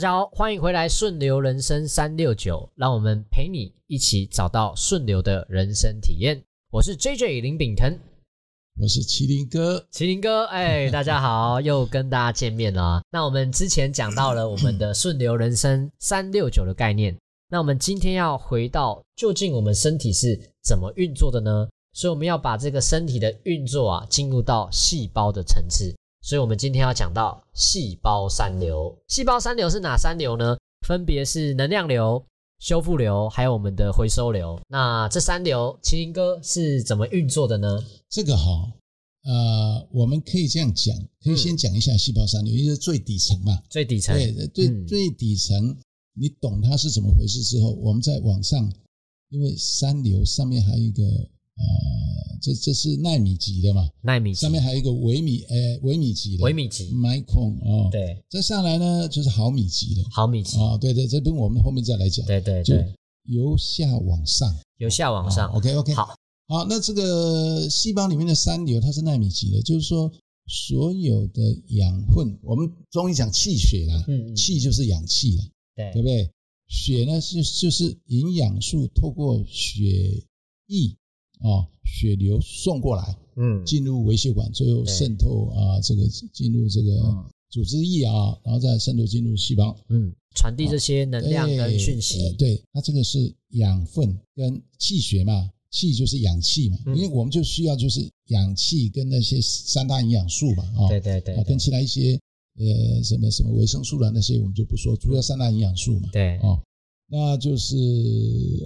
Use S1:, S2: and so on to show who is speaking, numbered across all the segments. S1: 家好，欢迎回来《顺流人生三六九》，让我们陪你一起找到顺流的人生体验。我是 JJ 林炳腾，
S2: 我是麒麟哥，
S1: 麒麟哥， 哎，大家好，又跟大家见面了。那我们之前讲到了我们的顺流人 生三六九的概念，那我们今天要回到究竟我们身体是怎么运作的呢？所以我们要把这个身体的运作啊，进入到细胞的层次。所以我们今天要讲到细胞三流。细胞三流是哪三流呢？分别是能量流、修复流，还有我们的回收流。那这三流，麒麟哥是怎么运作的呢？
S2: 这个哈、呃，我们可以这样讲，可以先讲一下细胞三流，因为是最底层嘛。
S1: 最底层，
S2: 对，最、
S1: 嗯
S2: 最底层，你懂它是怎么回事之后，我们再往上，因为三流上面还有一个呃，这这是纳米级的嘛，
S1: 纳米级
S2: 上面还有一个微米，呃，微米级的，
S1: 微米级，
S2: micron 哦，，
S1: 对，
S2: 再上来呢就是毫米级的，
S1: 毫米级，
S2: 啊、对对，这边我们后面再来讲，
S1: 对对
S2: 就
S1: 对，
S2: 由下往上，
S1: 由下往上。
S2: 嗯啊，OK OK，
S1: 好，
S2: 哦好，那这个细胞里面的三流，它是纳米级的，就是说所有的养分，我们中医讲气血啦，
S1: 嗯嗯
S2: 气就是氧气啦，对
S1: 对
S2: 不对？血呢，就就是营养素透过血液啊、血流送过来，
S1: 嗯，
S2: 进入微血管，最后
S1: 对
S2: 渗透啊、这个进入这个
S1: 嗯
S2: 组织液啊，然后再渗透进入细胞。
S1: 嗯，传递这些能量跟
S2: 对
S1: 讯
S2: 呃
S1: 息，
S2: 对，它这个是养分跟气血嘛，气就是氧气嘛，
S1: 嗯
S2: 因为我们就需要就是氧气跟那些三大营养素嘛，啊、
S1: 对对对
S2: 啊，
S1: 对
S2: 跟其他一些呃什么什么维生素啦那些我们就不说，主要三大营养素嘛，
S1: 对，
S2: 哦，那就是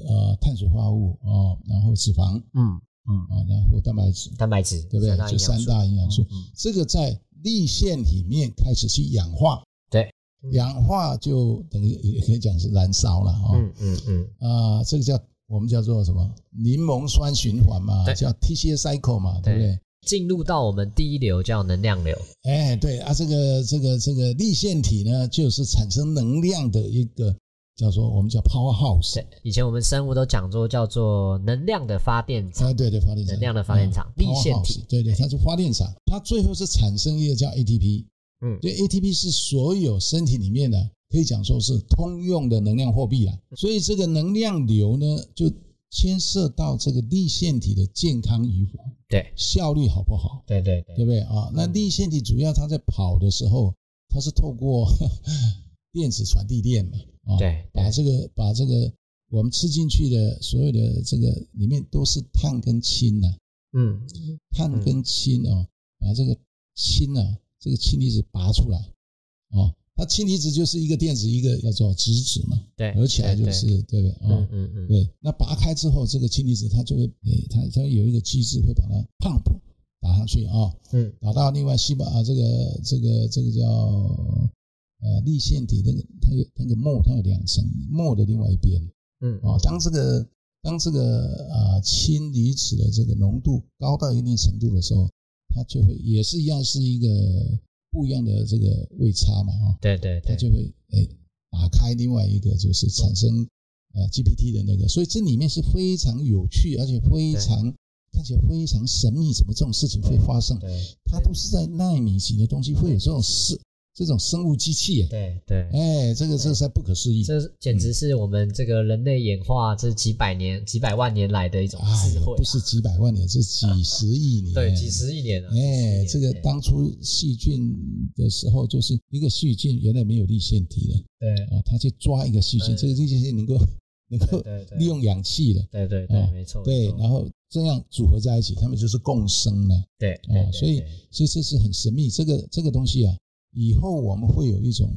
S2: 呃碳水化合物哦，然后脂肪
S1: 嗯嗯，
S2: 啊，然后蛋白质，
S1: 蛋白质，
S2: 对不对
S1: 三大？
S2: 就
S1: 营养
S2: 三
S1: 素
S2: 大营养素，
S1: 嗯嗯
S2: 这个在立腺里面开始去氧化，
S1: 对，
S2: 氧化就等于也可以讲是燃烧了啊、
S1: 嗯嗯嗯，
S2: 啊，这个叫我们叫做什么柠檬酸循环嘛
S1: 对，
S2: 叫 TCA cycle 嘛，
S1: 对
S2: 对不对？
S1: 进入到我们第一流叫能量流，
S2: 哎，对啊，这个这个这个立腺体呢，就是产生能量的一个叫做我们叫 powerhouse，
S1: 对，以前我们生物都讲做叫做能量的发电厂，
S2: 哎，对对，发电厂，
S1: 能量的发电厂
S2: 啊
S1: 立腺体
S2: powerhouse，对对，它是发电厂，它最后是产生一个叫 ATP，
S1: 嗯
S2: 对，ATP 是所有身体里面的，可以讲说是通用的能量货币啦。
S1: 嗯
S2: 所以这个能量流呢，就牵涉到这个立腺体的健康与否、
S1: 对
S2: 效率好不好，
S1: 对对
S2: 对
S1: 对，
S2: 不对啊？那立腺体主要它在跑的时候，它是透过 电子传递链嘛，啊，
S1: 对
S2: 把这个把这个我们吃进去的所有的这个里面都是碳跟氢呐、
S1: 嗯
S2: 碳跟氢哦，把这个氢啊，这个氢离子拔出来哦，它氢离子就是一个电子，一个叫做质子嘛，
S1: 对，
S2: 合起来就
S1: 对
S2: 是
S1: 对
S2: 对不对啊？
S1: 嗯嗯嗯，
S2: 对，那拔开之后，这个氢离子它就会，诶，它它有一个机制会把它 pump 打上去啊、
S1: 嗯
S2: 打到另外细胞啊，这个这个这个叫呃立腺体那个它有那个膜，它有两层，膜的另外一边
S1: 嗯
S2: 啊、哦，当这个当这个啊氢离子的这个浓度高到一定程度的时候，它就会也是一样是一个不一样的这个位差嘛啊、哦，
S1: 对对
S2: 它
S1: 对，
S2: 就会哎打开另外一个就是产生呃 GPT 的那个，所以这里面是非常有趣，而且非常看起来非常神秘，怎么这种事情会发生？
S1: 对
S2: 它都是在纳米级的东西会有这种事，这种生物机器耶，
S1: 对对，
S2: 哎，这个这是不可思议。
S1: 这简直是我们这个人类演化这几百年、几百万年来的一种
S2: 哎
S1: 智慧、啊，
S2: 不是几百万年，是几十亿年。
S1: 对几。十亿年了、啊。
S2: 哎，
S1: 几
S2: 这
S1: 十亿
S2: 个
S1: 年
S2: 当初细菌的时候，就是一个细菌原来没有立腺体的
S1: 对
S2: 啊，它去抓一个细菌，
S1: 嗯
S2: 这个立腺体能够能够
S1: 对对对
S2: 呃利用氧气的，
S1: 对对对，
S2: 啊
S1: 没错，
S2: 对
S1: 没，错
S2: 然后这样组合在一起，它们就是共生了。
S1: 对
S2: 啊
S1: 对，对
S2: 所以
S1: 对
S2: 所以这是很神秘，这个这个东西啊，以后我们会有一种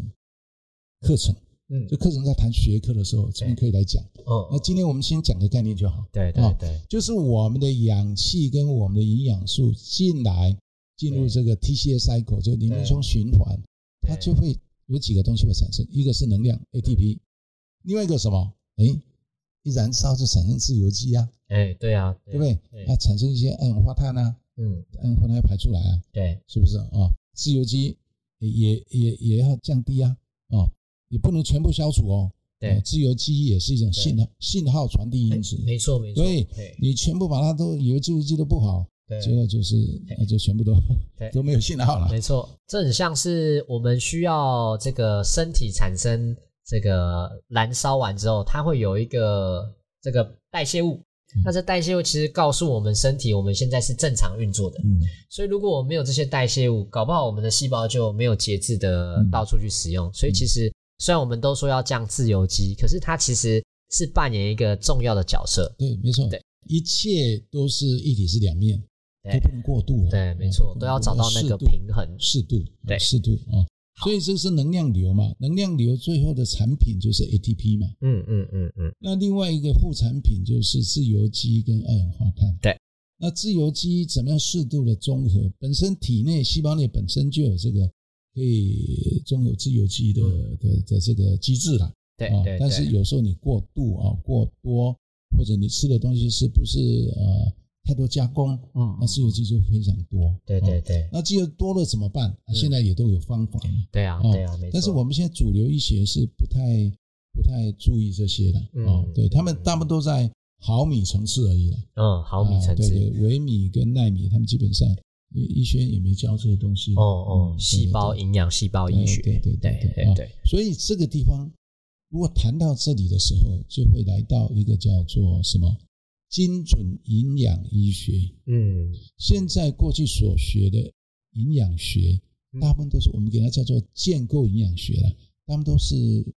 S2: 课程，
S1: 嗯
S2: 就课程在谈学科的时候，这边可以来讲。
S1: 哦，
S2: 那今天我们先讲个概念就好，
S1: 对对
S2: 啊
S1: 对
S2: 就是我们的氧气跟我们的营养素进来，进入
S1: 对
S2: 这个 TCA cycle，就柠檬酸循环，它
S1: 对
S2: 就会有几个东西会产生，一个是能量 ATP，另外一个什么？哎，一燃烧就产生自由基啊，
S1: 哎对啊，
S2: 对不对？它产生一些二氧化碳啊，
S1: 嗯
S2: 二氧化碳要排出来啊，
S1: 对
S2: 是不是啊、自由基也也也也要降低啊，哦，也不能全部消除哦。
S1: 对
S2: 呃，自由基也是一种信号信号传递因子，
S1: 没错没错，
S2: 所以
S1: 对
S2: 你全部把它都以为自由基都不好，
S1: 对
S2: 最后就是那就全部都
S1: 对
S2: 都没有信号了。
S1: 没错，这很像是我们需要这个身体产生这个燃烧完之后，它会有一个这个代谢物。
S2: 嗯
S1: 那这代谢物其实告诉我们身体我们现在是正常运作的，
S2: 嗯，
S1: 所以如果我们没有这些代谢物，搞不好我们的细胞就没有节制的
S2: 嗯
S1: 到处去使用。所以其实虽然我们都说要降自由基，可是它其实是扮演一个重要的角色。
S2: 对，没错
S1: 对，
S2: 一切都是一体是两面，
S1: 对
S2: 都不能过度了。
S1: 对，没
S2: 啊
S1: 错，都要找到那个平衡。
S2: 适度，
S1: 对
S2: 适度啊。所以这是能量流嘛，能量流最后的产品就是 ATP 嘛。
S1: 嗯嗯嗯嗯，
S2: 那另外一个副产品就是自由基跟二氧化碳。
S1: 对，
S2: 那自由基怎么样适度的中和？本身体内细胞内本身就有这个可以中和自由基的的的这个机制啦。
S1: 嗯对
S2: 啊
S1: 对
S2: 但是
S1: 对，
S2: 有时候你过度啊、过多，或者你吃的东西是不是呃太多加工，
S1: 嗯
S2: 那自由基就非常多。
S1: 对
S2: 啊
S1: 对对
S2: 那既然多了怎么办？啊
S1: 嗯
S2: 现在也都有方法，
S1: 对啊
S2: 哦
S1: 对啊，没错。
S2: 但是我们现在主流医学是不太不太注意这些的
S1: 嗯
S2: 哦，对他们大部分都在毫米层次而已了，
S1: 嗯毫米层
S2: 啊
S1: 次，
S2: 对对，微米跟纳米，他们基本上医医学院也没教这些东西。
S1: 哦哦，
S2: 嗯
S1: 细胞营养、细胞医学，
S2: 哎对对对
S1: 对
S2: 对
S1: 对
S2: 啊
S1: 对
S2: 所以这个地方，如果谈到这里的时候，就会来到一个叫做什么精准营养医学。
S1: 嗯
S2: 现在过去所学的营养学
S1: 嗯，
S2: 大部分都是我们给它叫做建构营养学了，他们都是嘖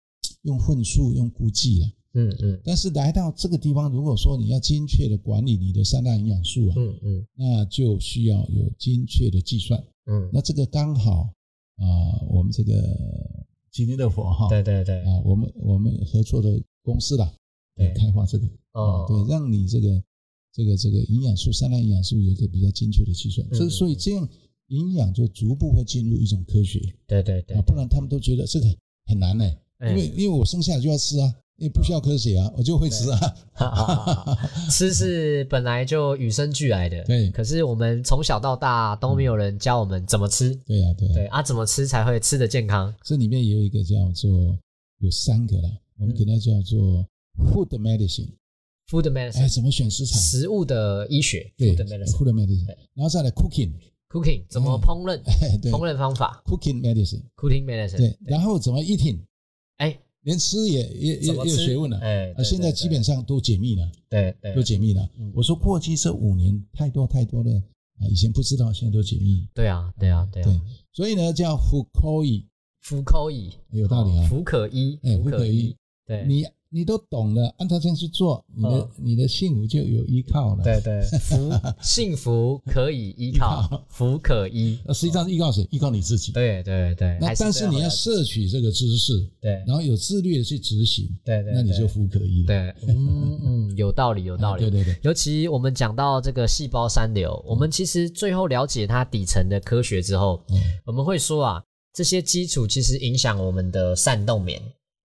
S2: 用混数、用估计了。
S1: 嗯嗯
S2: 但是来到这个地方，如果说你要精确的管理你的三大营养素啊，
S1: 嗯嗯
S2: 那就需要有精确的计算。
S1: 嗯，
S2: 那这个刚好啊、我们这个吉尼勒佛哈，
S1: 对对对，
S2: 啊，我们我们合作的公司啦，
S1: 对
S2: 开发这个
S1: 哦
S2: 啊，对，让你这个这个这个营养素三大营养素有一个比较精确的计算，
S1: 嗯
S2: 所以所以这样营养就逐步会进入一种科学
S1: 对对对
S2: 啊，，不然他们都觉得这个很难呢、
S1: 哎
S2: 因为因为我生下来就要吃啊，也不需要科学啊，我就会吃啊，
S1: 哈哈哈吃是本来就与生俱来的，
S2: 对
S1: 可是我们从小到大都没有人教我们怎么吃，
S2: 对呀、对呀、
S1: 对啊，怎么吃才会吃得健康？
S2: 这里面也有一个叫做有三个啦，我们给它叫做 food medicine，
S1: Food
S2: 哎，
S1: medicine，
S2: 怎么选食材？
S1: 食物的医学
S2: 对
S1: ，Food medicine，
S2: ，food medicine，然后再来 cooking，
S1: cooking 怎么烹饪，
S2: 哎，对
S1: 烹饪方法
S2: ，cooking medicine。
S1: ，cooking medicine，
S2: 对，然后怎么 eating，
S1: 哎，
S2: 连吃也也也
S1: 怎
S2: 也
S1: 么
S2: 有
S1: 吃
S2: 学问了。
S1: 哎，
S2: 啊，
S1: 对
S2: 现在基本上都解密了，
S1: 对对
S2: 都
S1: 对
S2: 解密了
S1: 嗯。
S2: 我说过去这五年太多太多了啊，以前不知道，现在都解密。
S1: 对啊对啊对啊
S2: 对，，所以呢叫 f u k o i
S1: 福口以
S2: 有道理啊。
S1: 福可医，
S2: 哎，
S1: 福
S2: 福可
S1: 医
S2: 一，，
S1: 对，
S2: 你你都懂了，按照这样去做，你的
S1: 嗯
S2: 你的幸福就有依靠了。
S1: 对对，福幸福可以依 靠，福可依，
S2: 呃，实际上是依靠谁？依靠你自己。
S1: 嗯对对对，
S2: 那
S1: 还
S2: 但是
S1: 是
S2: 你要
S1: 是
S2: 摄取这个知识，
S1: 对
S2: 然后有自律的去执行，
S1: 对对，
S2: 那你
S1: 对
S2: 就福可一了。
S1: 对，嗯嗯， 有道理有道
S2: 啊，对嗯
S1: 理。
S2: 对对。
S1: 尤其我们讲到这个细胞三流，我们其实最后了解它底层的科学之后，
S2: 嗯
S1: 我们会说啊，这些基础其实影响我们的善动眠，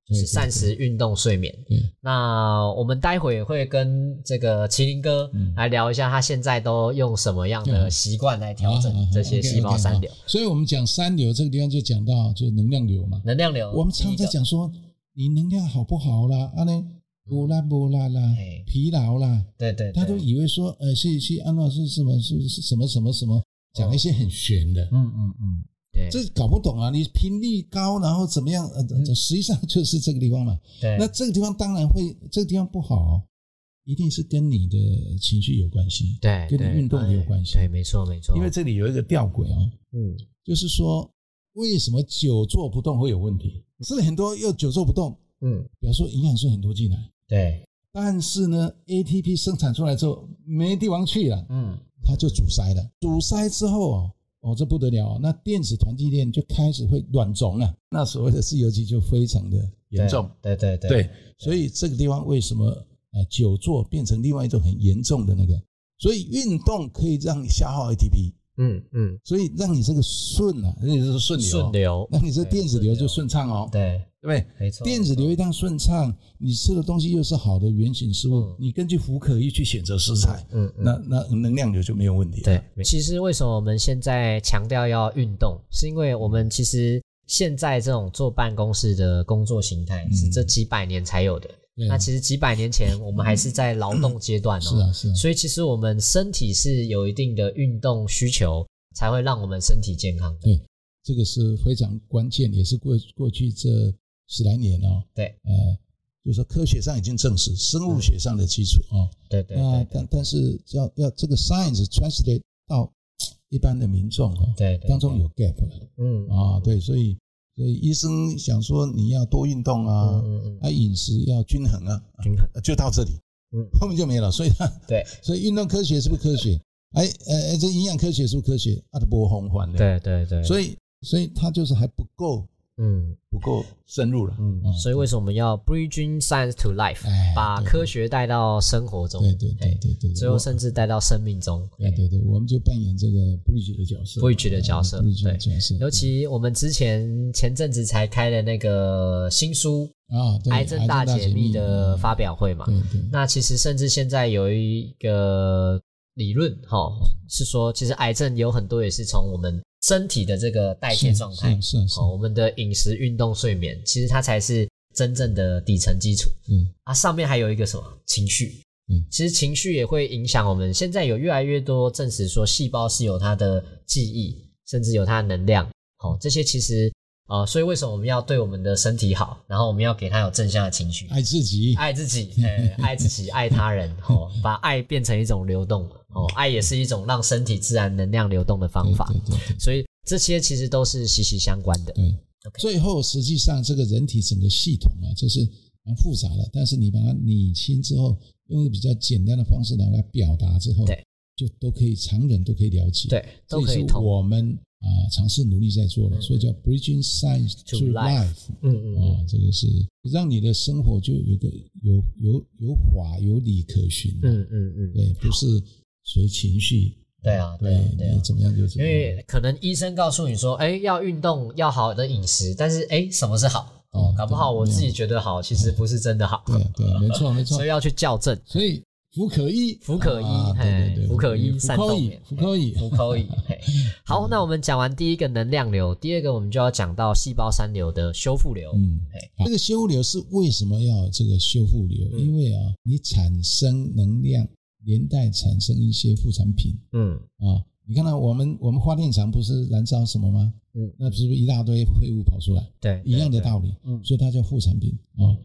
S1: 就
S2: 对
S1: 是
S2: 对
S1: 膳食、运动、睡眠
S2: 对。
S1: 那我们待会会跟这个麒麟哥
S2: 嗯
S1: 来聊一下，他现在都用什么样的
S2: 对
S1: 习惯来调整
S2: 好好好
S1: 这些
S2: OK，OK，
S1: 细胞三流
S2: 啊好。所以我们讲三流这个地方就讲到就是能量流嘛。
S1: 能量流，
S2: 我们常在，讲说你能量好不好啦，啊
S1: 嗯
S2: 呢，不啦不啦啦
S1: 哎，
S2: 疲劳啦，
S1: 对对，
S2: 他都
S1: 对
S2: 以为说呃是是安老是什么是是什么什么什么，讲一些很玄的。
S1: 嗯嗯嗯，对，
S2: 这搞不懂啊！你频率高，然后怎么样？呃，这实际上就是这个地方嘛。
S1: 嗯对
S2: 那这个地方当然会，这个地方不好，一定是跟你的情绪有关系，
S1: 对
S2: 跟
S1: 对
S2: 你运动也有
S1: 哎
S2: 关系
S1: 对，没错没错，
S2: 因为这里有一个吊诡啊、
S1: 嗯
S2: 就是说，为什么久坐不动会有问题？是很多又久坐不动，
S1: 嗯
S2: 比方说营养素很多进来，
S1: 对，
S2: 但是呢，ATP 生产出来之后没地方去了，
S1: 嗯
S2: 它就阻塞了。阻塞之后哦，哦这不得了、哦，那电子团体链就开始会软溶了，那所谓的自由基就非常的严重。，
S1: 对对对
S2: 对，所以这个地方为什么呃久坐变成另外一种很严重的那个？所以运动可以让你消耗 ATP，
S1: 嗯嗯，
S2: 所以让你这个顺啊，也就是顺流哦，
S1: 顺流，
S2: 那你这电子流就顺畅哦，
S1: 对，
S2: 对不
S1: 没错，
S2: 对？电子流一旦顺畅，你吃的东西又是好的原型食物，
S1: 嗯
S2: 你根据福可一去选择食材，
S1: 嗯嗯。
S2: 那那能量流就没有问题。，
S1: 对，其实为什么我们现在强调要运动，是因为我们
S2: 嗯
S1: 其实现在这种坐办公室的工作形态是这几百年才有的。
S2: 对
S1: 那其实几百年前我们还是在劳动阶段
S2: 嗯是
S1: 哦，
S2: 啊是啊，
S1: 所以其实我们身体是有一定的运动需求，才会让我们身体健康的。
S2: 对，这个是非常关键，也是过过去这十来年哦，
S1: 对，
S2: 呃，就是说科学上已经证实生物学上的基础哦，
S1: 对对
S2: 那
S1: 对
S2: 但但是要要这个 science translate 到一般的民众哦，
S1: 对对，
S2: 当中有 gap
S1: 嗯
S2: 啊，对，所以所以医生想说你要多运动啊，
S1: 嗯嗯
S2: 啊饮食要均衡啊，
S1: 嗯，均衡
S2: 呃就到这里，
S1: 嗯
S2: 后面就没了，所以他
S1: 对
S2: 所以运动科学是不是科学？哎哎哎，这营养科学是不是科学？啊，它不红环的，，
S1: 对对对，以
S2: 所以所以它就是还不够
S1: 嗯
S2: 不够深入了，
S1: 嗯
S2: 啊，
S1: 所以为什么我们要 bridging science to life，
S2: 哎
S1: 把
S2: 对
S1: 科学带到生活中，
S2: 对对对
S1: 哎
S2: 对对，
S1: 最后
S2: 我
S1: 甚至带到生命中。
S2: 对对对，我们就扮演这个 bridge 的角色
S1: bridge 的角色
S2: 啊，bridge 的
S1: 对
S2: 角色，
S1: 尤其我们之前前阵子才开的那个新书
S2: 啊，
S1: 《
S2: 对
S1: 癌症大解密》的发，表会嘛
S2: 对，对
S1: 那其实甚至现在有一个理论哈、是说其实癌症有很多也是从我们身体的这个代谢状态，
S2: 是啊是啊是
S1: 哦，
S2: 啊，
S1: 我们的饮食、运动、睡眠，其实它才是真正的底层基础
S2: 对
S1: 啊。上面还有一个什么情绪，
S2: 嗯
S1: 其实情绪也会影响我们。现在有越来越多证实说，细胞是有它的记忆，甚至有它的能量，哦，这些其实。呃，所以为什么我们要对我们的身体好，然后我们要给它有正向的情绪？
S2: 爱自己，
S1: 爱自己，呃，爱自己，爱他人， 哦，把爱变成一种流动，哦，爱也是一种让身体自然能量流动的方
S2: 对嗯
S1: 法，
S2: 对对对
S1: 所以这些其实都是息息相关的。
S2: 对。
S1: OK
S2: 最后，实际上这个人体整个系统啊，这是蛮复杂的，但是你把它理清之后，用比较简单的方式来来表达之后，
S1: 对，
S2: 就都可以常人都可以了解，，
S1: 对，都可以
S2: 这也是
S1: 通。嗯
S2: 我们啊、尝试努力在做的，所以叫 bridging science
S1: To
S2: to
S1: life
S2: life
S1: 嗯嗯
S2: 啊、
S1: 嗯，
S2: 这个是让你的生活就有个有有有法有理可循、啊，
S1: 嗯嗯嗯，
S2: 对，不是随情绪，
S1: 对啊对
S2: 对
S1: 啊对啊
S2: 你怎么样就怎
S1: 因
S2: 么样，
S1: 为可能医生告诉你说，哎，要运动，要好的饮食，但是哎，什么是好？哦
S2: 哦，
S1: 搞不好
S2: 对
S1: 我自
S2: 没
S1: 己
S2: 有
S1: 觉得好，其实不是真的好，
S2: 对啊对啊，没错没错
S1: 所以，要去校正。
S2: 所以福可医，
S1: 福可医
S2: 啊对
S1: 哎
S2: 对对，
S1: 福可医
S2: 福
S1: 善
S2: 可
S1: 动
S2: 以
S1: 眼，
S2: 福可以，
S1: 不扣 以。嘿好，那我们讲完第一个能量流，第二个我们就要讲到细胞三流的修复流。
S2: 嗯
S1: 嘿，
S2: 这个修流是为什么要有这个修复流？
S1: 嗯
S2: 因为啊，你产生能量，连带产生一些副产品
S1: 嗯
S2: 啊。你看到我们我们发电厂不是燃烧什么吗？
S1: 嗯
S2: 那是不是一大堆废物跑出来？
S1: 对，
S2: 一样的道理，
S1: 嗯
S2: 所以它叫副产品啊，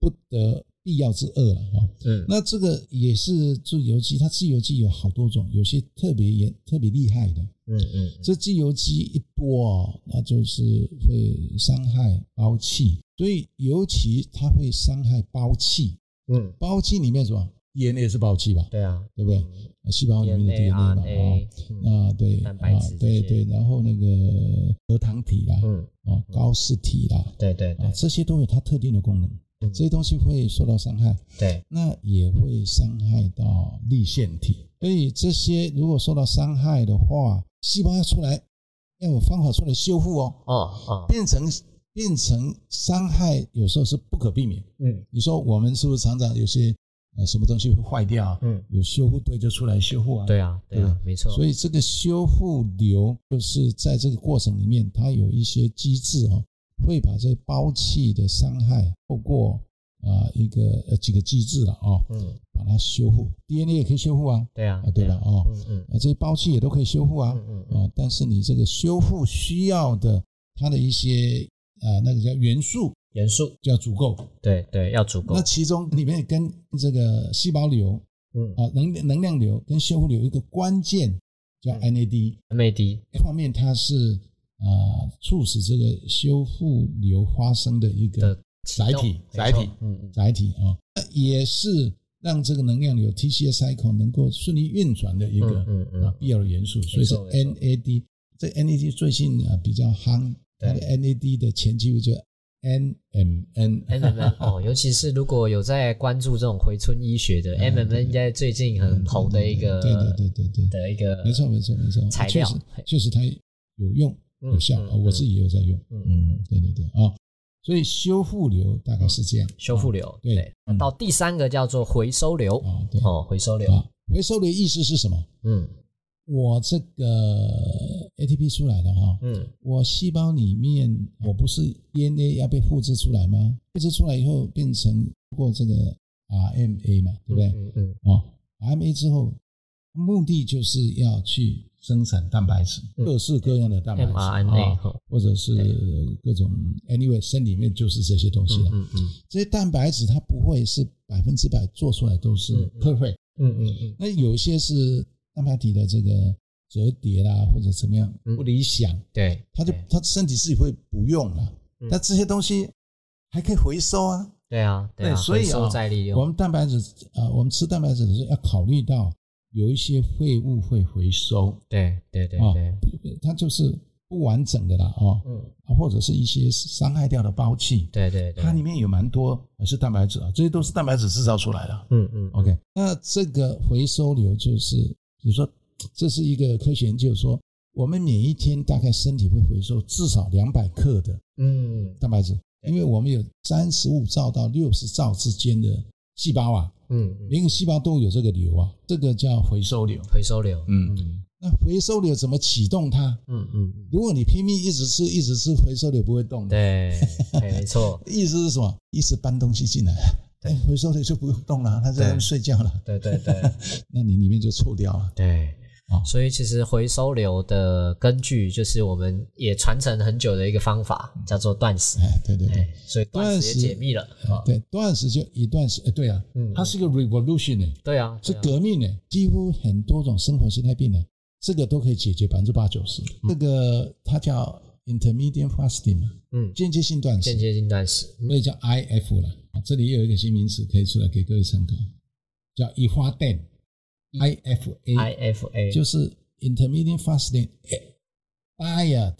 S2: 不得必要之恶了啊。
S1: 嗯
S2: 那这个也是自由基，它自由基有好多种，有些特别严、特别厉害的。
S1: 嗯嗯
S2: 这自由基一多哦，那就是会伤害胞器，所以尤其它会伤害胞器。
S1: 嗯，
S2: 胞器里面什么 DNA 是胞器吧？
S1: 对啊，嗯
S2: 对不对？细胞里面的
S1: DNA、
S2: DNA 嘛，
S1: RNA，嗯
S2: 啊，啊对，
S1: 蛋白质
S2: 啊，对
S1: 这些
S2: 对，然后那个核糖体啦，
S1: 嗯，
S2: 啊，高氏体啦，
S1: 对对
S2: 啊
S1: 对，
S2: 这些都有它特定的功能，
S1: 嗯
S2: 这些东西会受到伤害。
S1: 对，
S2: 那也会伤害到立腺体。所以这些如果受到伤害的话，细胞要出来，要有方法出来修复哦，
S1: 哦哦，
S2: 变成变成伤害，有时候是不可避免。
S1: 嗯
S2: 你说我们是不是常常有些呃什么东西会坏掉啊？
S1: 嗯，
S2: 有修复队就出来修复啊。
S1: 对啊对啊
S2: 对，
S1: 没错，
S2: 所以这个修复流就是在这个过程里面，它有一些机制哦，会把这些胞器的伤害透过啊、一个呃几个机制了哦，
S1: 嗯
S2: 把它修复，DNA 也可以修复啊，
S1: 对啊
S2: 啊对了
S1: 啊
S2: 哦，
S1: 嗯嗯
S2: 啊这些胞器也都可以修复啊，
S1: 嗯嗯嗯
S2: 啊但是你这个修复需要的它的一些啊、那个叫元素
S1: 元素，
S2: 就要足够，
S1: 对对，要足够
S2: 那，其中里面跟这个细胞瘤
S1: 嗯
S2: 啊、能能量瘤跟修复瘤有一个关键叫
S1: 嗯
S2: NAD。
S1: ，MAD，
S2: 一方面它是呃促使这个修复流发生的一个
S1: 的
S2: 载体
S1: 没，错
S2: 载体，
S1: 嗯嗯
S2: 载体啊，那也是让这个能量流 TCA cycle 能够顺利运转的一个
S1: 嗯嗯嗯
S2: 啊必要的元素，所以是
S1: 没错没错
S2: NAD。这 NAD 最近啊比较夯，它的
S1: 对
S2: NAD 的前期物就 NMN，
S1: MMN 哦，尤其是如果有在关注这种回春医学的
S2: 嗯
S1: ，MMN 应该最近很红的一个，
S2: 对对对对对对，
S1: 的一个，
S2: 没错没错没错，
S1: 材
S2: 确
S1: 料
S2: 实
S1: 嘿
S2: 确实它有用
S1: 嗯，
S2: 有效，
S1: 嗯
S2: 啊我自己也有在用。
S1: 嗯
S2: 嗯，对对对啊、所以修复流大概是这样，
S1: 嗯修复流，
S2: 对
S1: 对。
S2: 嗯
S1: 到哦第三个叫做回收流，
S2: 啊，对啊，
S1: 哦，回收流，
S2: 回收流意思是什么？
S1: 嗯，
S2: 我这个 ATP 出来了哈，
S1: 嗯
S2: 我细胞里面我不是 DNA 要被复制出来吗？复制出来以后变成通过这个 RMA 嘛，对不对？
S1: 嗯嗯
S2: 哦，RMA 之后，目的就是要去生产蛋白质，
S1: 嗯
S2: 各式各样的蛋白质
S1: ，mRNA
S2: 啊
S1: 哈，
S2: 或者是各种 anyway，身里面就是啊这些东西了。
S1: 嗯嗯
S2: 这些蛋白质它不会是百分之百做出来都是
S1: 嗯嗯
S2: perfect，、
S1: 嗯嗯嗯
S2: 那有些是蛋白体的这个折叠啦，或者怎么样
S1: 嗯
S2: 不理想，
S1: 对，
S2: 它就
S1: 对
S2: 它身体自己会不用了
S1: 嗯。
S2: 但这些东西还可以回收啊，
S1: 对啊对啊，
S2: 对所以
S1: 回收
S2: 啊
S1: 再利用，
S2: 我们蛋白质啊、呃我们吃蛋白质的时候要考虑到有一些废物会回收，
S1: 对对对
S2: 啊
S1: 对，
S2: 它就是不完整的啦哦，
S1: 嗯
S2: 啊或者是一些伤害掉的胞器，
S1: 对对对，
S2: 它里面有蛮多呃是蛋白质啊，这些都是蛋白质制造出来的。
S1: 嗯嗯
S2: OK，那这个回收流就是，比如说这是一个科学研究说，我们每一天大概身体会回收至少两百克的
S1: 嗯
S2: 蛋白质，因为我们有三十五兆到六十兆之间的细胞啊。
S1: 嗯嗯，
S2: 每个细胞都有这个瘤啊，这个叫回收瘤。
S1: 回收流，
S2: 嗯
S1: 嗯
S2: 那回收瘤怎么启动它？
S1: 嗯嗯，
S2: 如果你拼命一直吃，一直吃，回收瘤不会动
S1: 嗯
S2: 的。
S1: 对，哎没错，
S2: 意思是什么？一直搬东西进来，
S1: 对
S2: 哎，回收瘤就不用动了，它在那
S1: 对
S2: 边睡觉了。
S1: 对对 对。
S2: 那你里面就臭掉了。
S1: 对
S2: 哦，
S1: 所以其实回收流的根据就是我们也传承很久的一个方法，叫做断食。
S2: 哎，对对对
S1: 哎，，所以断食也解密了啊。
S2: 对，断食就一段时，哎，对啊，
S1: 嗯
S2: 哦它是一个 revolution 呢，
S1: 对啊，
S2: 是
S1: 对啊
S2: 革命呢，几乎很多种生活形态病呢，这个都可以解决百分之八九十。这个它叫 intermediate fasting 嘛，
S1: 嗯
S2: 间接嗯性断食
S1: 间。接性断食。
S2: 所以叫 IF 了。啊这里也有一个新名词可以出来给各位参考，叫以花蛋嗯 IFA，
S1: IFA
S2: 就是 Intermediate Fasting Diet。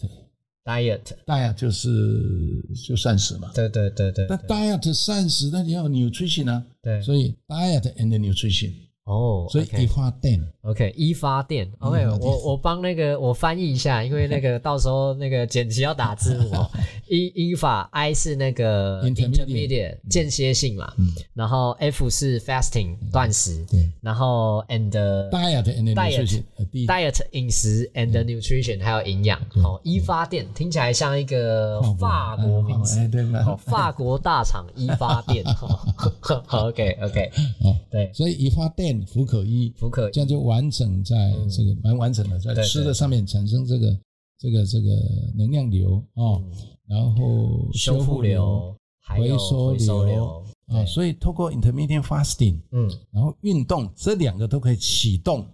S1: diet，
S2: diet 就是就膳食嘛，
S1: 对对对对
S2: 但 diet 膳食，那你要有 nutrition 啊，
S1: 对，
S2: 所以 diet and nutrition，
S1: 哦，
S2: 所以以
S1: OK
S2: 花蛋
S1: OK 一发电，OK
S2: 一发电
S1: 我我帮那个我翻译一下，因为那个到时候那个剪辑要打字幕 哦。一英法 I 是那个
S2: Intermediate
S1: intermediate 间歇性嘛，
S2: 嗯
S1: 然后 F 是 fasting 断食，
S2: 对
S1: 然后 and
S2: diet 嗯 and
S1: Diet
S2: nutrition，呃第一
S1: diet 饮食 and nutrition 还有营养
S2: 嗯
S1: 哦，一发电听起来像一个法国名
S2: 哎
S1: 字，
S2: 哎对
S1: 哦
S2: 吧？
S1: 法国大厂一发 电 ，OK OK，
S2: 哦
S1: 对，
S2: 所以以花蛋福可一，
S1: 福可
S2: 这样就完整在这个蛮完整的，在
S1: 对
S2: 吃
S1: 对
S2: 的上面产生这个这个这个能量流哦，然后
S1: 嗯修复流，还有
S2: 回收
S1: 回收流
S2: 流，啊，
S1: 对
S2: 所以透过 intermittent fasting，
S1: 嗯
S2: 然后运动这两个都可以启动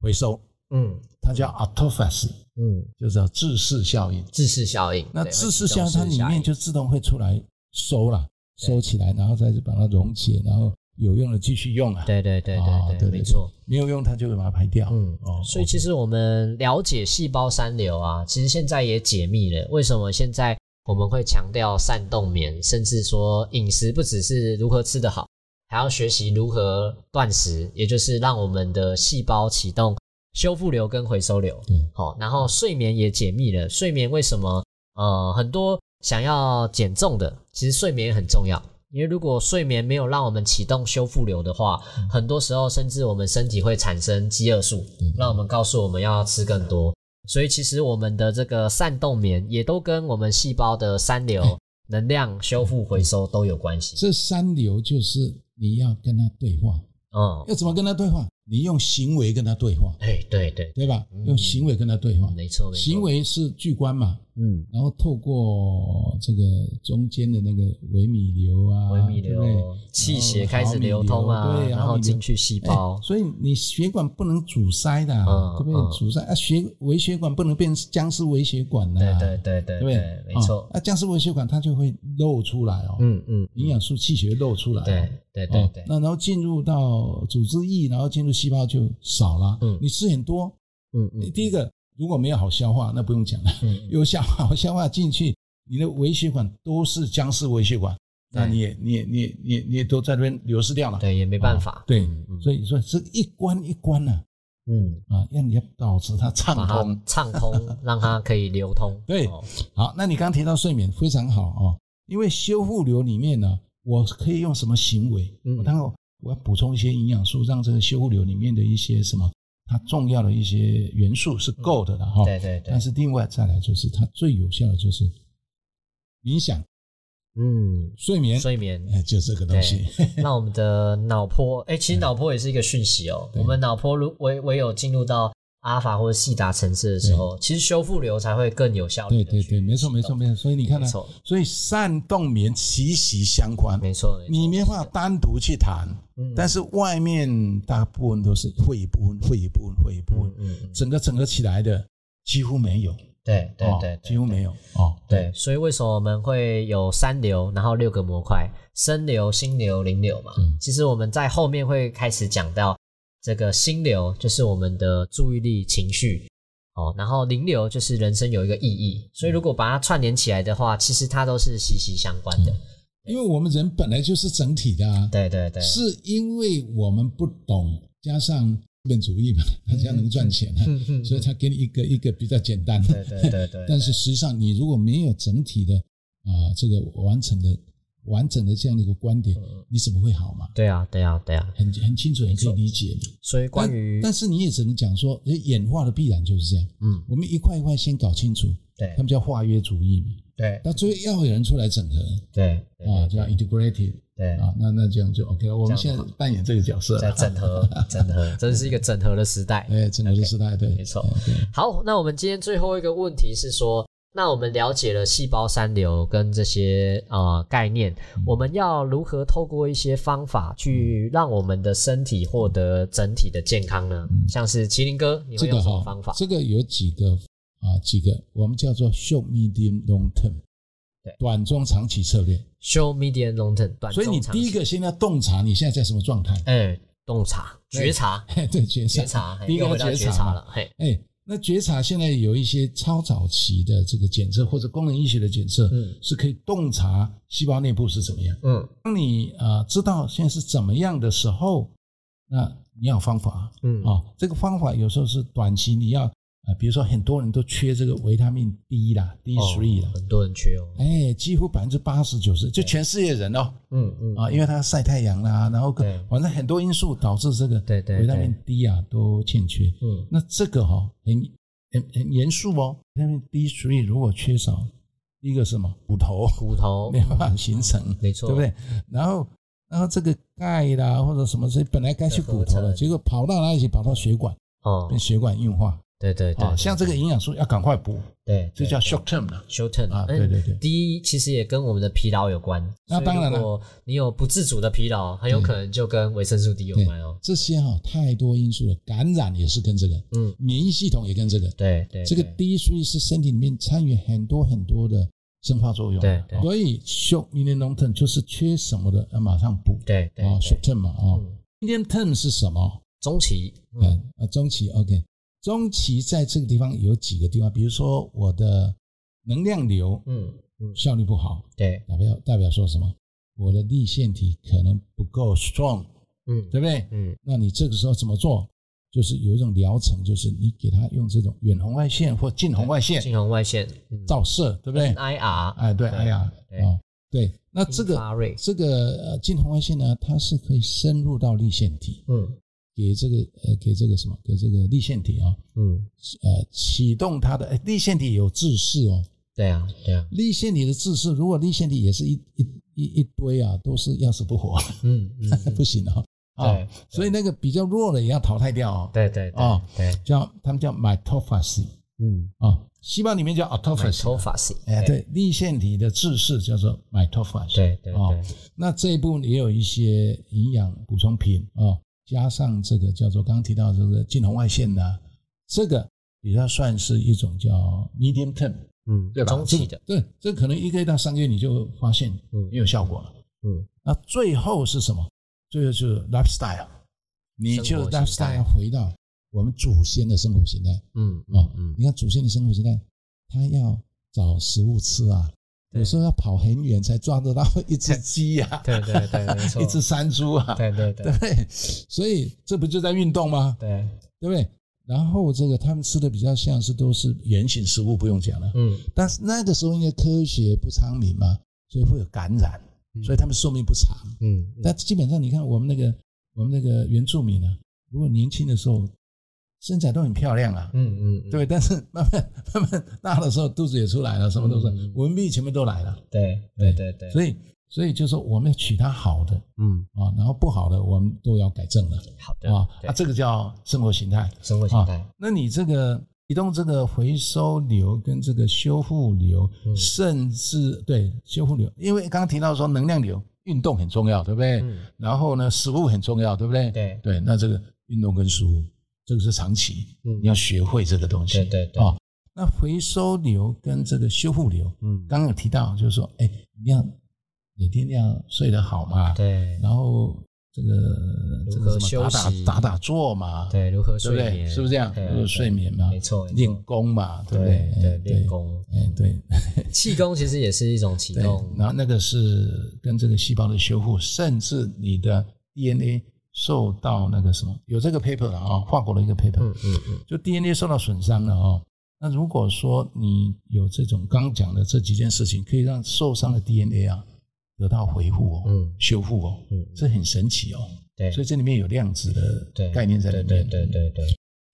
S2: 回收，
S1: 嗯
S2: 它叫 autophagy，
S1: 嗯，
S2: 就叫自噬效应。
S1: 自噬效应，
S2: 那
S1: 对
S2: 自噬效应它里面，就自动会出来收了，
S1: 对
S2: 收起来，然后再把它溶解，然后有用的继续用啊，
S1: 会启动自噬效应对对对
S2: 啊
S1: 对
S2: 对对
S1: 没错。
S2: 没有用它就会把它排掉。
S1: 嗯
S2: 哦，
S1: 所以其实我们了解细胞三流啊，其实现在也解密了为什么现在我们会强调善动眠，甚至说饮食不只是如何吃得好，还要学习如何断食，也就是让我们的细胞启动修复流跟回收流。
S2: 对
S1: 好、然后睡眠也解密了，睡眠为什么呃很多想要减重的，其实睡眠也很重要。因为如果睡眠没有让我们启动修复流的话，很多时候甚至我们身体会产生饥饿素，让我们告诉我们要吃更多。所以其实我们的这个散动眠也都跟我们细胞的三 流、能量修复、回收都有关系。
S2: 这三流就是你要跟他对话，
S1: 嗯，
S2: 要怎么跟他对话？你用行为跟他对话，
S1: 哎，对对，
S2: 对吧
S1: 嗯？
S2: 用行为跟他对话，
S1: 没错没错。
S2: 行，为是巨观嘛，
S1: 嗯，
S2: 然后透过这个中间的那个微米流啊，
S1: 微米
S2: 对不对啊
S1: 流，气血开始流通
S2: 毫米
S1: 啊，
S2: 流对
S1: 然后
S2: 毫米流
S1: 进去细胞
S2: 哎，所以你血管不能阻塞的
S1: 嗯
S2: 啊，对不
S1: 嗯
S2: 对？阻塞啊，血微血管不能变僵尸微血管
S1: 对
S2: 呐，
S1: 对对对
S2: 哎对不
S1: 对
S2: 对，？
S1: 没错
S2: 啊，，啊僵尸微血管它就会漏出来哦，
S1: 嗯嗯，
S2: 营养素气血漏出来，
S1: 对对对
S2: 哦
S1: 对，
S2: 那然后进入到组织液，然后进入细胞就少了。
S1: 嗯
S2: 你吃很多，
S1: 嗯嗯
S2: 第一个如果没有好消化，那不用讲了。
S1: 嗯，
S2: 有消化好消化进去，你的微血管都是僵尸微血管，那
S1: 对
S2: 你也你也你也你也你也都在那边流失掉了。
S1: 对，也没办法，
S2: 哦对
S1: 嗯，嗯
S2: 所以说是一关一关呢
S1: 嗯，
S2: 啊，让你要保持它畅
S1: 把它
S2: 通。
S1: 畅通，让它可以流通。
S2: 对
S1: 哦
S2: 好，那你刚刚提到睡眠非常好哦，因为修复流里面呢，我可以用什么行为？
S1: 嗯
S2: 然后我要补充一些营养素，让这个修复流里面的一些什么它重要的一些元素是够的了哈。
S1: 嗯对对对
S2: 但，是另外再来就是它最有效的就是冥想、
S1: 嗯，
S2: 睡眠，
S1: 睡 眠。
S2: 哎，就这个东西。
S1: 那我们的脑波，哎、其实脑波也是一个讯息哦。
S2: 嗯对
S1: 我们脑波如唯唯有进入到阿法或者西达层次的时候，其实修复流才会更有效率
S2: 嗯对
S1: 的
S2: 对
S1: 去启
S2: 对，
S1: 动。
S2: 没错没错没错。所以你看呢
S1: 没错，
S2: 所以善动眠息息相关。
S1: 没错，没错。
S2: 你没办法单独去谈，
S1: 嗯
S2: 但是外面大部分都是会一部分，会一部分，会一部
S1: 嗯
S2: 分，
S1: 嗯嗯，
S2: 整个整合起来的几乎没有，
S1: 对对
S2: 哦
S1: 对对
S2: 几乎没有哦。
S1: 对，所以为什么我们会有三流，然后六个模块，生流、心流、灵流嘛？
S2: 嗯
S1: 其实我们在后面会开始讲到这个心流，就是我们的注意力、情绪哦，然后灵流就是人生有一个意义，所以如果把它串联起来的话，其实它都是息息相关
S2: 嗯
S1: 的。
S2: 因为我们人本来就是整体的啊，
S1: 对对对，
S2: 是 因为我们不懂，加上资本主义嘛， 大家能赚钱啊，
S1: 嗯
S2: 所以他给你一个一个比较简单。
S1: 对对对对，
S2: 但是实际上，你如果没有整体的啊、这个完整的完整的这样的一个观
S1: 嗯
S2: 点，你怎么会好嘛？
S1: 对啊对啊对啊，
S2: 很很清楚，很可以理解嘛。
S1: 所以关于
S2: 但是你也只能讲说，诶演化的必然就是这样。
S1: 嗯
S2: 我们一块一块先搞清楚，
S1: 对
S2: 他们叫化约主义嘛。
S1: 对
S2: 那最后要有人出来整合
S1: 对对
S2: 啊，叫 integrative
S1: 对，
S2: 啊，那那这样就 OK 了。我们现在扮演这个角色
S1: 在
S2: 了，
S1: 整合整合，真是一个整合的时 代。
S2: 哎，整合的时代对，
S1: 没错
S2: 哎对
S1: 好，那我们今天最后一个问题是说，那我们了解了细胞三流跟这些呃概念，
S2: 嗯
S1: 我们要如何透过一些方法去让我们的身体获得整体的健康呢？像是麒麟哥，你
S2: 嗯这
S1: 会用
S2: 个
S1: 什么
S2: 哈，
S1: 方法？
S2: 这个有几个啊，几个我们叫做 short、medium、long term，
S1: 对
S2: 短、中、长期策略。
S1: Show medium long term，短
S2: 所以你
S1: 中长
S2: 第一
S1: 期，
S2: 个先要洞察你现在在什么状态，
S1: 哎，洞察、觉察、
S2: 对，
S1: 觉
S2: 觉察。
S1: 察，嘿
S2: 第一个
S1: 又回
S2: 要
S1: 到
S2: 觉
S1: 觉
S2: 察
S1: 察
S2: 嘛
S1: 了，嘿，
S2: 哎，那觉察现在有一些超早期的这个检测或者功能医学的检测，
S1: 嗯
S2: 是可以洞察细胞内部是怎么样。
S1: 嗯
S2: 当你啊、呃知道现在是怎么样的时候，那你要有方法啊、
S1: 嗯，
S2: 这个方法有时候是短期你要啊、呃比如说很多人都缺这个维他命 D 啦，D
S1: 哦
S2: three 啦，
S1: 很多人缺哦，
S2: 哎，几乎百分之八十九十，就全世界人哦
S1: 嗯嗯
S2: 啊，因为他晒太阳啦，然后各
S1: 对
S2: 反正很多因素导致这个
S1: 对对
S2: 维他命 D 啊都欠缺。
S1: 嗯
S2: 那这个哈、很很很严肃哦，维他命 D three 如果缺少，第一个是什么骨头，
S1: 骨头
S2: 没，有办法形成，
S1: 没错，
S2: 对不？对？然后，然后这个钙啦或者什么这本来该去骨头了，结果跑到哪里去？跑到血管，
S1: 哦
S2: 被，血管硬化。
S1: 对对对
S2: 啊，
S1: 对，
S2: 像这个营养素要赶快补，
S1: 对，
S2: 这
S1: 对
S2: 叫 short term 的。
S1: short term
S2: 啊
S1: 嗯
S2: 对对对
S1: 第一其实也跟我们的疲劳有关。
S2: 那
S1: 所以
S2: 当然
S1: 如
S2: 了嗯
S1: 果你有不自主的疲劳，很有可能就跟维生素 D 有关哦。
S2: 这些哈、太多因素了，感染也是跟这个，
S1: 嗯，
S2: 免疫系统也跟这个。
S1: 对对，
S2: 这个
S1: 对
S2: D 所以是身体里面参与很多很多的生化作用。啊
S1: 对对
S2: 所以 short medium long term 就是缺什么的要马上补。
S1: 对对
S2: 啊
S1: 对
S2: ，short term 嘛啊
S1: 嗯
S2: ，medium term 是什么？
S1: 中期，嗯
S2: 嗯啊，中期 OK，中期在这个地方有几个地方，比如说我的能量流
S1: 嗯嗯，
S2: 效率不好，
S1: 对，
S2: 代表代表说什么？我的立腺体可能不够 strong，
S1: 嗯
S2: 对不对？
S1: 嗯
S2: 那你这个时候怎么做？就是有一种疗程，就是你给它用这种远红外线或近红外线
S1: 近红外线，嗯
S2: 照射，对不对？
S1: IR
S2: 哎，对，
S1: 对
S2: 哎呀，
S1: 对
S2: 啊，对，那这
S1: 英
S2: 个
S1: 发瑞，
S2: 这个呃近红外线呢，它是可以深入到立腺体，
S1: 嗯
S2: 给这个呃给这个什么给这个立腺体啊、
S1: 嗯，
S2: 呃启动它的哎立腺体有自噬哦，
S1: 对啊对啊，
S2: 立腺体的自噬，如果立腺体也是一一一一堆啊，都是要死不活，
S1: 嗯嗯，嗯
S2: 不行啊、哦、 啊
S1: 对，
S2: 所以那个比较弱的也要淘汰掉哦，
S1: 对对对
S2: 哦
S1: 对，
S2: 叫他们叫 mitophagy
S1: 嗯，
S2: 啊，细胞里面叫
S1: 买
S2: autophagy，
S1: 头发型，
S2: 啊哎，对，立腺体的自噬叫做 mitophagy，
S1: 对对
S2: 哦
S1: 对，
S2: 那这一部也有一些营养补充品啊、哦加上这个叫做刚刚提到的这个近红外线呢，这个比较算是一种叫 medium term，
S1: 嗯，
S2: 对吧？
S1: 中期的，
S2: 这个，对，这可能一个月到三个月你就发现
S1: 嗯
S2: 没有效果了。
S1: 嗯，
S2: 那最后是什么？最后就是 lifestyle，你
S1: 生
S2: 就
S1: 活形态
S2: lifestyle 要回到我们祖先的生活形态
S1: 嗯
S2: 啊
S1: 嗯。嗯，
S2: 你看祖先的生活形态，他要找食物吃啊，
S1: 对
S2: 有时候要跑很远才抓得到 一只鸡呀、啊，
S1: 对对对，没错，
S2: 一只山猪啊，
S1: 对对对
S2: 对不对？所以这不就在运动吗？
S1: 对，
S2: 对不对？然后这个他们吃的比较像是都是原型食物，不用讲了。
S1: 嗯，
S2: 但是那个时候因为科学不昌明嘛，所以会有感染
S1: 嗯，
S2: 所以他们寿命不长。
S1: 嗯，
S2: 但基本上你看我们那个我们那个原住民呢、啊，如果年轻的时候身材都很漂亮啊，
S1: 嗯嗯，嗯
S2: 对，但是慢慢 慢慢大的时候，肚子也出来了，什么都是
S1: 嗯
S2: 文秘全部都来了。
S1: 对对对对，
S2: 所以，所以就是说我们要取它好的
S1: 嗯，
S2: 啊，然后不好的我们都要改正了
S1: 好的
S2: 啊
S1: 对
S2: 啊，这个叫生活形态。
S1: 生活形态，
S2: 那你这个移动这个回收流跟这个修复流，
S1: 嗯
S2: 甚至对修复流，因为刚刚提到说能量流，运动很重要，对不对？
S1: 嗯，
S2: 然后呢，食物很重要，对不对？
S1: 对
S2: 对，那这个运动跟食物，这个是长期，
S1: 嗯
S2: 你要学会这个东西。
S1: 对对对，
S2: 哦，那回收流跟这个修复流，
S1: 嗯，
S2: 刚刚有提到，就是说，哎，你要每天要睡得好嘛，
S1: 对
S2: 然后这个这
S1: 如
S2: 个
S1: 何
S2: 什么打
S1: 休息
S2: 打打打坐嘛，
S1: 对，如何
S2: 对不
S1: 睡
S2: 对？
S1: 眠，
S2: 是不是这样？
S1: 对
S2: 如何睡眠嘛，
S1: 没错，没错
S2: 练功嘛，对不
S1: 对
S2: 对？
S1: 对
S2: 哎
S1: 练，功，
S2: 哎对
S1: 气功其实也是一种启
S2: 对
S1: 动，，
S2: 然后那个是跟这个细胞的修复，甚至你的 DNA 受到那个什么，有这个 paper 了啊，法国的一个 paper，
S1: 嗯嗯嗯，
S2: 就 DNA 受到损伤了哦。那如果说你有这种刚讲的这几件事情，可以让受伤的 DNA 啊得到恢复哦，
S1: 嗯
S2: 修复哦，
S1: 嗯
S2: 这很神奇哦。
S1: 对，
S2: 所以这里面有量子
S1: 对
S2: 的概念在里面。
S1: 对对对 对对。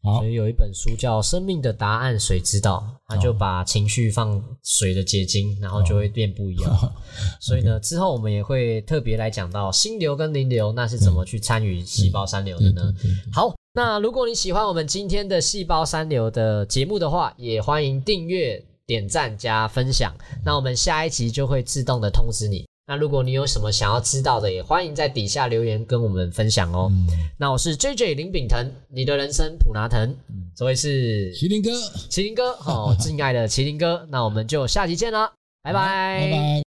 S2: 好
S1: 所，以有一本书叫《生命的答案：水知道》，它就把情绪放水的结晶，然后就会变不一样。所以呢，之后我们也会特别来讲到心流跟灵流，那是怎么去参与细胞三流的
S2: 对
S1: 呢
S2: 对？对对
S1: 好，那如果你喜欢我们今天的细胞三流的节目的话，也欢迎订阅、点赞加分享。那我们下一集就会自动的通知你。那如果你有什么想要知道的，也欢迎在底下留言跟我们分享哦。
S2: 嗯，
S1: 那我是 J J 林炳腾，你的人生普拿藤，这位是
S2: 麒麟哥，
S1: 哦麒麟哥，好，我敬爱的麒麟哥，那我们就下期见啦，拜拜，
S2: 拜拜。